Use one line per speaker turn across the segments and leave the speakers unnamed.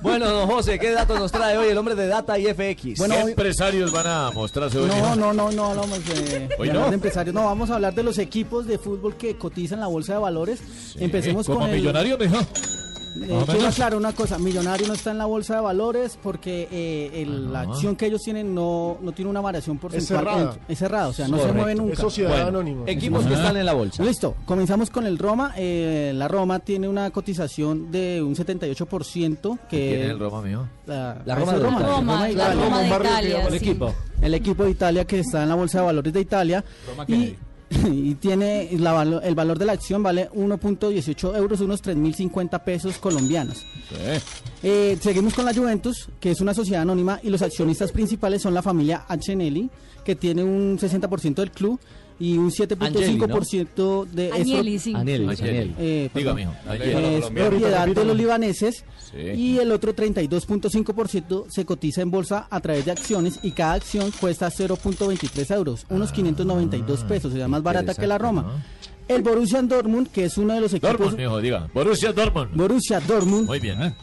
Bueno, don José, ¿qué datos nos trae hoy el hombre de Data y FX?
¿Qué
Bueno, hoy-
empresarios van a mostrarse hoy?
no, no, no, no hablamos de,
Hoy
de
no.
hablar de empresarios. No, vamos a hablar de los equipos de fútbol que cotizan la bolsa de valores. Empecemos
¿Como
con el,
millonario, mijo?
eh,
Más o
quiero
menos.
aclarar una cosa. Millonario no está en la bolsa de valores porque eh,
Ah,
el- la acción que ellos tienen no, no tiene una variación porcentual.
cerrada.
dentro. Es cerrada, o sea, no se
Correcto.
mueve nunca.
Es sociedad
Bueno,
anónima.
Equipos que están en la bolsa.
Listo, comenzamos con el Roma. Eh, la Roma tiene una cotización de un 78%. Que
¿Quién es el Roma, mijo?
La,
La
ah,
Roma
es
de
Roma,
Italia.
Roma de
la
Italia.
Roma de Italia,
El equipo.
el equipo de Italia que está en la bolsa de valores de Italia
Roma
y, y tiene la valo- el valor de la acción vale 1.18 euros, unos 3.050 pesos colombianos. Eh, seguimos con la Juventus, que es una sociedad anónima y los accionistas principales son la familia Agnelli, que tiene un 60% del club y un 7.5% de es pro-
Agnelli, sí.
Anel, Anel.
eh,
Diga,
perdón,
mijo.
es propiedad de los libaneses
Sí.
y el otro 32.5% se cotiza en bolsa a través de acciones y cada acción cuesta 0.23 euros, unos
Ah,
592 pesos, o sea, más barata que la Roma. El Borussia Dortmund, que es uno de los equipos...
Dortmund, mijo, diga. Borussia Dortmund.
Borussia Dortmund,
Muy bien, ¿eh?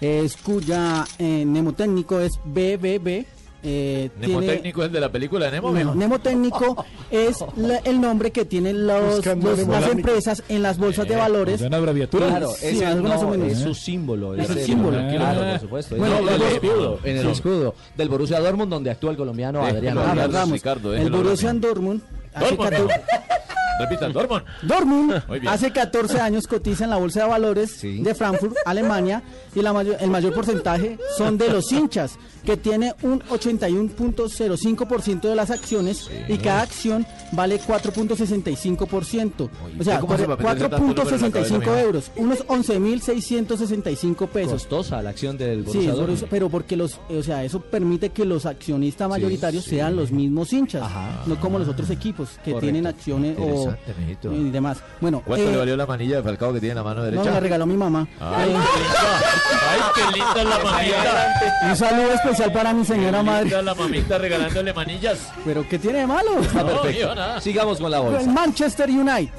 es cuya eh, mnemotécnico es BBB. eh, tiene-
Nemotécnico es el de la película de Nemo, mijo.
no, mnemotécnico es la- el nombre que tienen los-
Buscando
los- las
mnemotécnico.
empresas en las bolsas
Eh,
de valores.
Una abreviatura.
Claro,
Sí,
ese
algo más o
no,
menos. ¿eh?
es su símbolo.
Es
ese
el símbolo.
no, Claro, por supuesto.
Bueno,
en el
los-
escudo. En el
Sí.
escudo del Borussia Dortmund, donde actúa el colombiano
Déjelo
Adrián
hablar,
Ramos.
Ramos.
Ricardo,
el
déjelo hablar,
Borussia
mijo.
Dortmund. hace
Dortmund,
14
mijo. Repita, Dortmund.
Dortmund
Muy bien.
hace 14 años cotiza en la bolsa de valores
Sí.
de Frankfurt, Alemania, y la mayo- el mayor porcentaje son de los hinchas, que tiene un 81.05% de las acciones y cada acción vale 4.65%. O sea,
¿cómo hace para meterse tanto número en la cabeza,
4.65
mijo?
euros, unos 11.665 pesos.
Costosa la acción del
Sí,
Borussia
eso-
Dortmund.
pero porque los, eh, o sea, eso permite que los accionistas mayoritarios sean los mismos hinchas, no como los otros equipos que
Correcto.
tienen acciones o
Interesante, mijito.
y demás. Bueno,
¿Cuánto
eh,
le valió la manilla de Falcao que tiene en la mano
no
derecha? Ah.
me la regaló mi mamá.
Ay,
Eh,
qué linda. Ay, qué linda la mamita.
un saludo especial para mi señora madre.
Linda la mamita regalándole manillas.
Pero qué tiene de malo?
No, mijo, nada.
Sigamos con la
El
bolsa.
Manchester United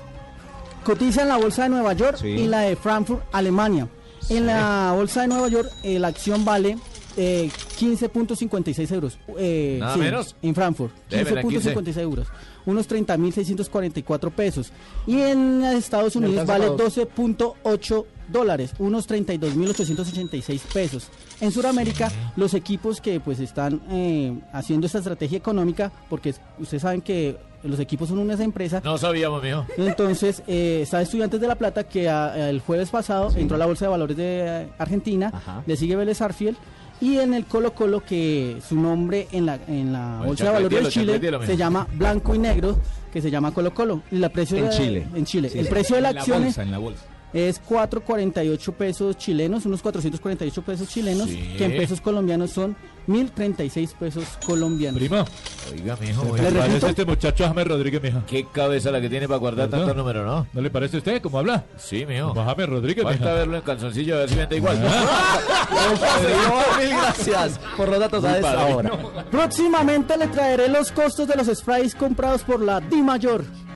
cotiza en la bolsa de Nueva York
Sí.
y la de Frankfurt, Alemania. En la bolsa de Nueva York, eh, la acción vale eh, 15.56 euros. Eh,
Nada
sí,
menos.
En Frankfurt,
Démela,
15.56 euros. Unos 30.644 pesos. Y en Estados Unidos
alcanza para
vale 12.8 dólares, unos 32.886 pesos. En Sudamérica, los equipos que pues están eh, haciendo esta estrategia económica, porque es- ustedes saben que los equipos son una empresa,
No sabíamos, mijo.
entonces, eh, está Estudiantes de La Plata que a- el jueves pasado entró a la Bolsa de Valores de eh, Argentina,
Ajá.
le sigue Vélez Arfiel. Y en el Colo Colo, que su nombre en la, en la
Pues,
Oye,
Bolsa de Valores de
chancletielo,
Chile
chancletielo,
se
mijo.
llama Blanco y Negro, que se llama Colo Colo. Y la precio
En
de-
Chile.
En Chile.
Sí,
el
sí.
precio de la acción es-
la bolsa.
es 4.48 pesos chilenos, unos 448 pesos chilenos,
Sí.
que en pesos colombianos son 1.036 pesos colombianos.
Primo,
Oiga, mijo,
¿le
oiga.
parece este muchacho James Rodríguez, mija?
Qué cabeza la que tiene para guardar
¿Verdad?
tantos números, ¿no?
¿No le parece a usted cómo habla?
Sí, mijo.
Como James Rodríguez,
Basta
mija.
verlo en calzoncillo a ver si vende igual.
Mil gracias por los datos a esta hora.
Próximamente le traeré los costos de los sprays comprados por la Di Mayor.